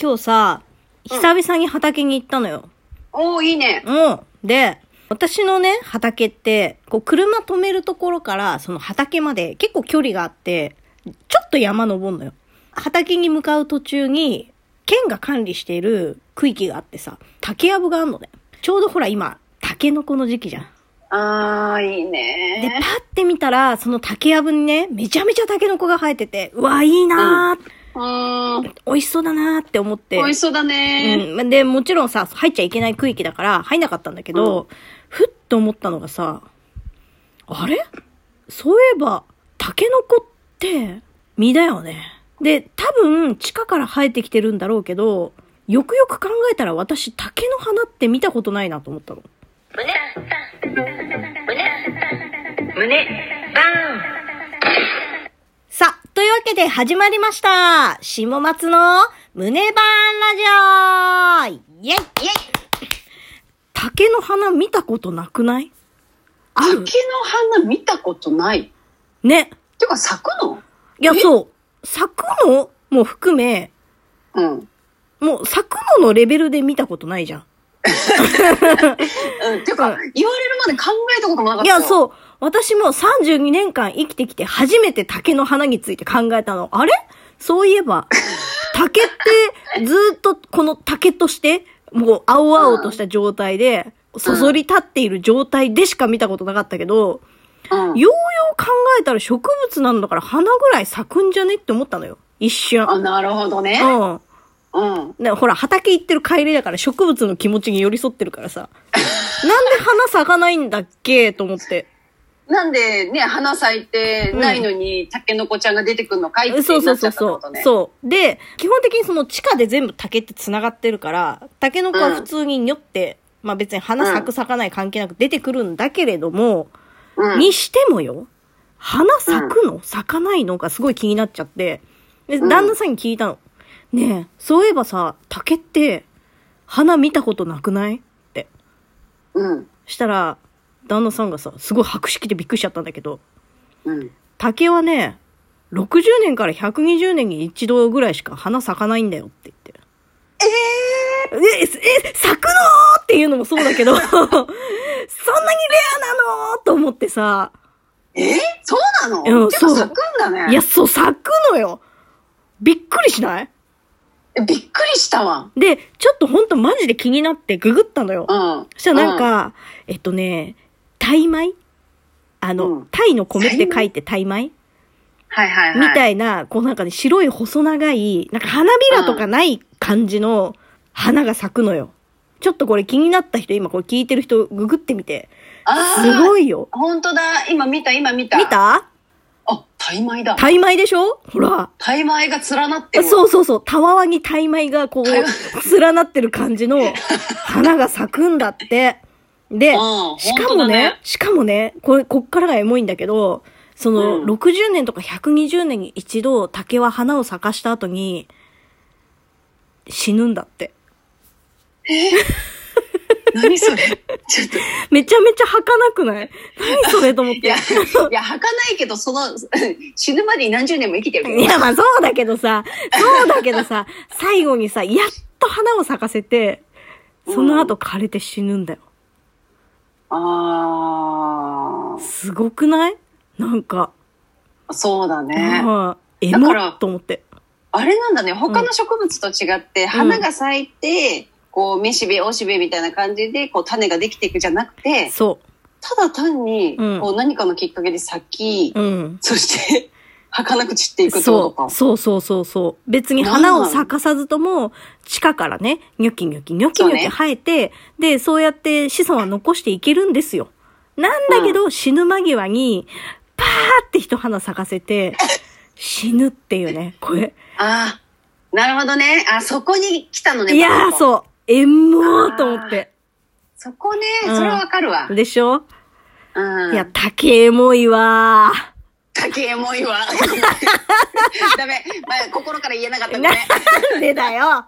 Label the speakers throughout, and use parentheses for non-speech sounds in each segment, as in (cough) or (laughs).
Speaker 1: 今日さ、久々に畑に行ったのよ。
Speaker 2: おー、いいね。
Speaker 1: うん。で、私のね、畑って、こう、車止めるところから、その畑まで結構距離があって、ちょっと山登んのよ。畑に向かう途中に、県が管理している区域があってさ、竹やぶがあんのね。ちょうどほら今、竹の子の時期じゃん。
Speaker 2: あー、い
Speaker 1: で、パ
Speaker 2: いね。
Speaker 1: って見たら、その竹やぶにね、めちゃめちゃ竹の子が生えてて、うわ、いいなー、
Speaker 2: うーん。
Speaker 1: 美味しそうだなーって思って。
Speaker 2: 美味しそうだね。
Speaker 1: うん。で、もちろんさ、入っちゃいけない区域だから入んなかったんだけど、ふっと思ったのがさ、あれそういえば、タケノコって、実だよね。で、多分、地下から生えてきてるんだろうけど、よくよく考えたら私、竹の花って見たことないなと思ったの。さあ、というわけで始まりました。下松の胸バーンラジオイェイ
Speaker 2: イェイ
Speaker 1: 竹の花見たことなくない
Speaker 2: 竹の花見たことない。
Speaker 1: ね。
Speaker 2: てか咲くの
Speaker 1: いや、そう。咲くのも含め、
Speaker 2: うん。うん。
Speaker 1: もう咲くののレベルで見たことないじゃ
Speaker 2: てか、言われるまで考えたこともなかっ
Speaker 1: ん。い
Speaker 2: たよ。
Speaker 1: や、そう。私も32年間生きてきて初めて竹の花について考えたの。あれそういえ
Speaker 2: (laughs)
Speaker 1: ば、竹ってずっとこの竹として、もう青々とした状態で、そそり立っている状態でしか見たことなかったけど、
Speaker 2: うん。
Speaker 1: ようよう考えたら植物なんだから花ぐらい咲くんじゃねって思ったのよ。一瞬。
Speaker 2: あ、なるほどね。
Speaker 1: うん。
Speaker 2: うん。
Speaker 1: ね、ほら、畑行ってる帰りだから植物の気持ちに寄り添ってるから
Speaker 2: (laughs)
Speaker 1: さ。なんで花咲かないんだっけと思って。
Speaker 2: なんでね、花咲いてないのに、タケノコちゃんが出てくるのかいって
Speaker 1: そうそう
Speaker 2: なっちゃ
Speaker 1: そう
Speaker 2: った
Speaker 1: そう
Speaker 2: ってこと、ね。う。
Speaker 1: そう。で、基本的にその地下で全部竹って繋がってるから、竹の子は普通によって、まあ別に花咲
Speaker 2: う
Speaker 1: く咲かない関係なく出てくるんだけれども、
Speaker 2: うん。
Speaker 1: にしてもよ、花咲くの、咲かないのがすごい気になっちゃって、で、
Speaker 2: うん
Speaker 1: 旦那さんに聞いたの。ねえ、そういえばさ、竹って、花見たことなくないって。
Speaker 2: うん。
Speaker 1: したら、旦那さんがさ、すごい白色でびっくりしちゃったんだけど、
Speaker 2: うん。
Speaker 1: 竹はね、60年から120年に一度ぐらいしか花咲かないんだよって言って。えええ、咲くのーっていうのもそうだけど、そ (laughs) んなにレアなのーと思ってさ、
Speaker 2: えそうなの
Speaker 1: うん
Speaker 2: てか
Speaker 1: そう
Speaker 2: 咲くんだね。
Speaker 1: いや、そう、咲くのよびっくりしない
Speaker 2: びっくりしたわ。
Speaker 1: で、ちょっとほんとマジで気になってググったのよ
Speaker 2: う。ん。
Speaker 1: そしたらなんか、えっとね、タイ米あの、
Speaker 2: うん
Speaker 1: タイの米って書いてタイ米
Speaker 2: はいはいはい。
Speaker 1: みたいな、こうなんかね、白い細長い、なんか花びらとかない感じの花が咲くのよ。ちょっとこれ気になった人、今これ聞いてる人、ググってみて。
Speaker 2: あー
Speaker 1: すごいよ。
Speaker 2: 本当だ。今見た、今見た。
Speaker 1: 見た
Speaker 2: あ、タイ米だ。
Speaker 1: タイ米でしょほら。
Speaker 2: タイ米が連なってる。
Speaker 1: そうそうそう。たわわにタイ米がこ
Speaker 2: (laughs) タイ
Speaker 1: う、連なってる感じの花が咲くんだって。で、
Speaker 2: うん
Speaker 1: しかも
Speaker 2: 本当だ
Speaker 1: ね
Speaker 2: ね、
Speaker 1: しかもね、これ、こっからがエモいんだけど、その、
Speaker 2: うん
Speaker 1: 60年とか120年に一度竹は花を咲かした後に、死ぬんだって。
Speaker 2: 何それ。 (laughs) ちょっと。
Speaker 1: めちゃめちゃ儚くない何 (laughs) それと思っ
Speaker 2: (laughs)
Speaker 1: て。
Speaker 2: いや、いや、儚いけど、その、 (laughs) 死ぬまでに何十年も生きてるけど
Speaker 1: いや、まあそうだけどさ、そうだけどさ、最後にさ、やっと花を咲かせて、その後枯れて死ぬんだよ。
Speaker 2: あ
Speaker 1: すごくないなんか、
Speaker 2: ー、そうだね。
Speaker 1: はいエ
Speaker 2: だ
Speaker 1: モ
Speaker 2: から
Speaker 1: っと思って。
Speaker 2: あれなんだね。他の植物と違って、花が咲いて、こう、めしべ、おしべみたいな感じで、こう、種ができていくじゃなくて、
Speaker 1: そ
Speaker 2: ただ単に、
Speaker 1: うん
Speaker 2: こう、何かのきっかけで咲き、
Speaker 1: う。うん。
Speaker 2: そして、儚く散っていくってこと
Speaker 1: そ
Speaker 2: か
Speaker 1: う。。そうそうそうそう。別に花を咲かさずとも、地下からね、ニョキニョキニョキニョ
Speaker 2: そう
Speaker 1: キ
Speaker 2: ね
Speaker 1: 生えて、で、そうやって子孫は残していけるんですよ。なんだけど、死ぬ間際に、パーって一花咲かせ
Speaker 2: (laughs)
Speaker 1: て、死ぬっていうね、これ。
Speaker 2: ああ、なるほどね。あ、そこに来たのね。
Speaker 1: いやー、
Speaker 2: う。
Speaker 1: そう。エモーと思って。
Speaker 2: そこね、
Speaker 1: うん
Speaker 2: それはわかるわ。
Speaker 1: でしょ、
Speaker 2: うん。
Speaker 1: いや、竹エモいわー。
Speaker 2: 竹エモ
Speaker 1: (laughs)
Speaker 2: いわ。ダメ、まあ、心から言えなかったね
Speaker 1: な。んでだよ。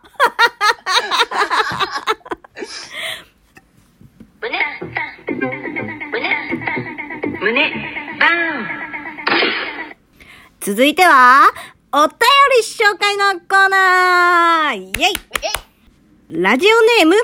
Speaker 1: 胸バーン続いては、お便り紹介のコーナーイェイラジオネーム、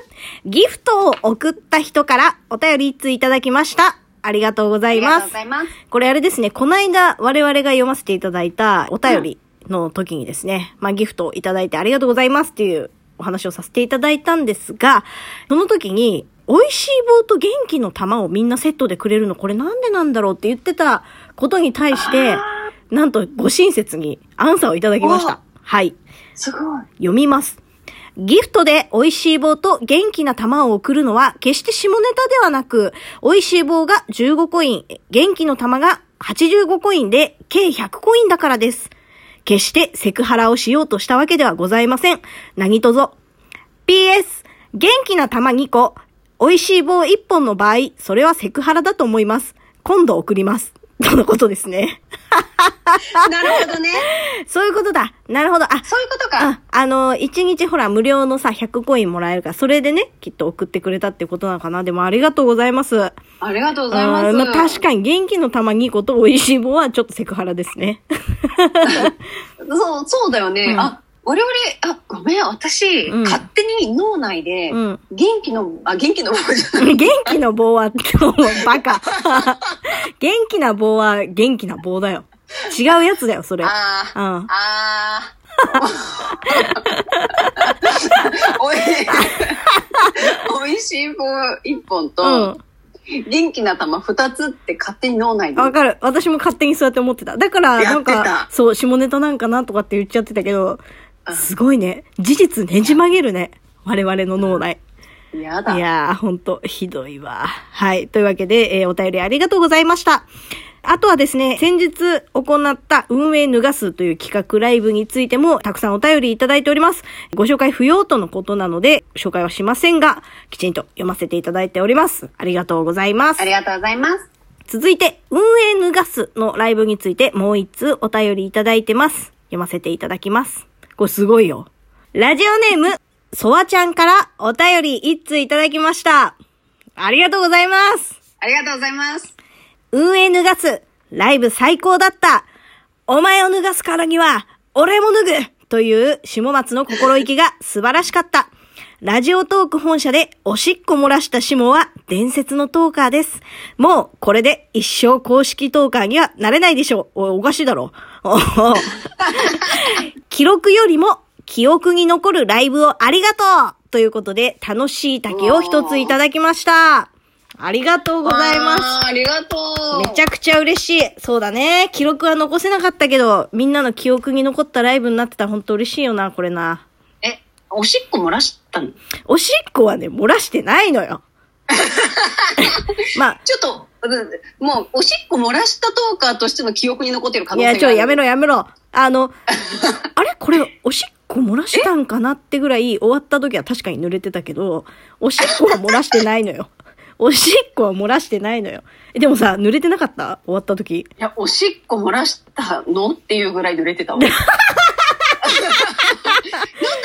Speaker 1: ギフトを送った人からお便り一通いただきました。ありがとうござ
Speaker 2: あ
Speaker 1: い
Speaker 2: りが
Speaker 1: ま
Speaker 2: とう
Speaker 1: す
Speaker 2: ござ。います。
Speaker 1: これあれですね、この間我々が読ませていただいたお便りの時にですね、まあギフトをいただいてありがとうございますっていうお話をさせていただいたんですが、その時に、美味しい棒と元気の玉をみんなセットでくれるのこれなんでなんだろうって言ってたことに対して、なんとご親切にアンサーをいただきまし
Speaker 2: うわ
Speaker 1: た。はい。
Speaker 2: すごい。
Speaker 1: 読みます。ギフトで美味しい棒と元気な玉を送るのは決して下ネタではなく、美味しい棒が15コイン、元気の玉が85コインで計100コインだからです。決してセクハラをしようとしたわけではございません。何とぞ。PS、元気な玉2個、美味しい棒1本の場合、それはセクハラだと思います。今度送ります。とのことですね。
Speaker 2: なるほどね。
Speaker 1: そういうことだ。なるほど。あ、
Speaker 2: そういうことか
Speaker 1: あ。、あの、一日ほら、無料のさ、100コインもらえるから、それでね、きっと送ってくれたってことなのかな。でも、ありがとうございます。あ
Speaker 2: ありがとうございます。
Speaker 1: ーまあ確かに、元気の玉2個と美味しい棒は、ちょっとセクハラですね。 (laughs)
Speaker 2: そう、そうだよね。
Speaker 1: うん
Speaker 2: あ、我々、あ、ごめん、私、
Speaker 1: うん
Speaker 2: 勝手に脳内で、
Speaker 1: うん。
Speaker 2: 元気の、あ、元気の方じゃない。
Speaker 1: 元気の棒は、バカ。 (laughs) 元気な棒は、元気な棒だよ。違うやつだよ、それ。
Speaker 2: あ
Speaker 1: う
Speaker 2: ー、
Speaker 1: ん。
Speaker 2: あ
Speaker 1: (laughs)
Speaker 2: ー。おい、美味しい棒一本
Speaker 1: うん
Speaker 2: と、。元気な玉二つって勝手に脳内で。
Speaker 1: わかる。私も勝手にそうやって思ってた。だから、
Speaker 2: や
Speaker 1: な
Speaker 2: っ
Speaker 1: ん
Speaker 2: てた
Speaker 1: か、そう、下ネタなんかなとかって言っちゃってたけど
Speaker 2: うん、
Speaker 1: すごいね。事実ねじ曲げるね。我々の脳内。
Speaker 2: や
Speaker 1: い
Speaker 2: だ。
Speaker 1: やー、ほんと、ひどいわ。はい。というわけで、えーお便りありがとうございました。あとはですね、先日行った運営脱がすという企画ライブについてもたくさんお便りいただいております。ご紹介不要とのことなので、紹介はしませんが、きちんと読ませていただいております。ありがとうございます
Speaker 2: あ。りがとうございます。
Speaker 1: 続いて、運営脱がすのライブについてもう一通お便りいただいてます。読ませていただきます。これすごいよ。ラジオネーム、ソワちゃんからお便り一通いただきました。ありがとうございます。
Speaker 2: ありがとうございます。
Speaker 1: 運営脱がす、ライブ最高だった。お前を脱がすからには、俺も脱ぐという下松の心意気が素晴らしかった。ラジオトーク本社でおしっこ漏らした下は伝説のトーカーです。もうこれで一生公式トーカーにはなれないでしょう。おいおかしいだろ。 (laughs) おお記録よりも記憶に残るライブをありがとうということで、楽しい竹を一ついただきました。ありがとうございます。
Speaker 2: あー。ありがとう。
Speaker 1: めちゃくちゃ嬉しい。そうだね。記録は残せなかったけど、みんなの記憶に残ったライブになってたら本当嬉しいよな、これな。
Speaker 2: え、おしっこ漏らしたの
Speaker 1: おしっこはね、漏らしてないの
Speaker 2: (laughs)
Speaker 1: よ。まあ、
Speaker 2: ちょっと、うんもう、おしっこ漏らしたトーカーとしての記憶に残ってる可
Speaker 1: い
Speaker 2: 能性があ
Speaker 1: や、
Speaker 2: る。
Speaker 1: ちょ、やめろやめろ。あ
Speaker 2: (laughs)
Speaker 1: の、あれこれ、おしっこ漏らしたんかなってぐらい、終わった時は確かに濡れてたけど、おしっこは漏らしてないのよ。おしっこは漏らしてないのよ。えでもさ、濡れてなかった終わった時。
Speaker 2: いや、おしっこ漏らしたのっていうぐらい濡れてたわ。なんだ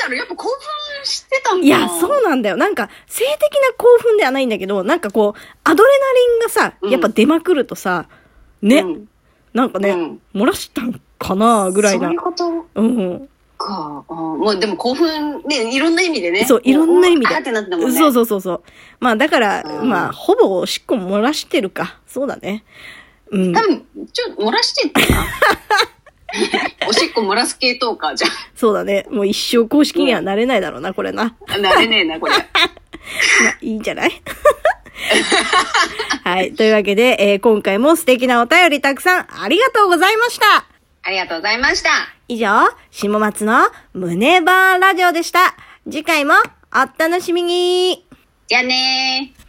Speaker 2: ろう、やっぱ興奮してたんだ
Speaker 1: いや、そうなんだよ。なんか、性的な興奮ではないんだけど、なんかこう、アドレナリンがさ、
Speaker 2: うん
Speaker 1: やっぱ出まくるとさ、ね、
Speaker 2: うん
Speaker 1: なんかね、
Speaker 2: うん
Speaker 1: 漏らしたんかなぐらい
Speaker 2: そ
Speaker 1: な
Speaker 2: ういう。こと
Speaker 1: うん。
Speaker 2: か。あーもう、でも興奮、ね、いろんな意味でね。
Speaker 1: そう、いろんな意味で。
Speaker 2: あーってなってたもんね。
Speaker 1: そうそうそうそう。まあ、だから、
Speaker 2: うん
Speaker 1: まあ、ほぼおしっこ漏らしてるか。そうだね。うん
Speaker 2: 多。分、ちょ、漏らしてたな。 (laughs) おしっこ漏らす系トーカーじゃ
Speaker 1: そうだね。もう一生公式にはなれないだろうな、これな。
Speaker 2: ん。なれねえな、これ。
Speaker 1: まあ、いいんじゃない (laughs) はい。というわけで、えー今回も素敵なお便りたくさんありがとうございました。
Speaker 2: ありがとうございました。
Speaker 1: 以上、下松の胸バーラジオでした。次回もお楽しみに
Speaker 2: じゃあねー。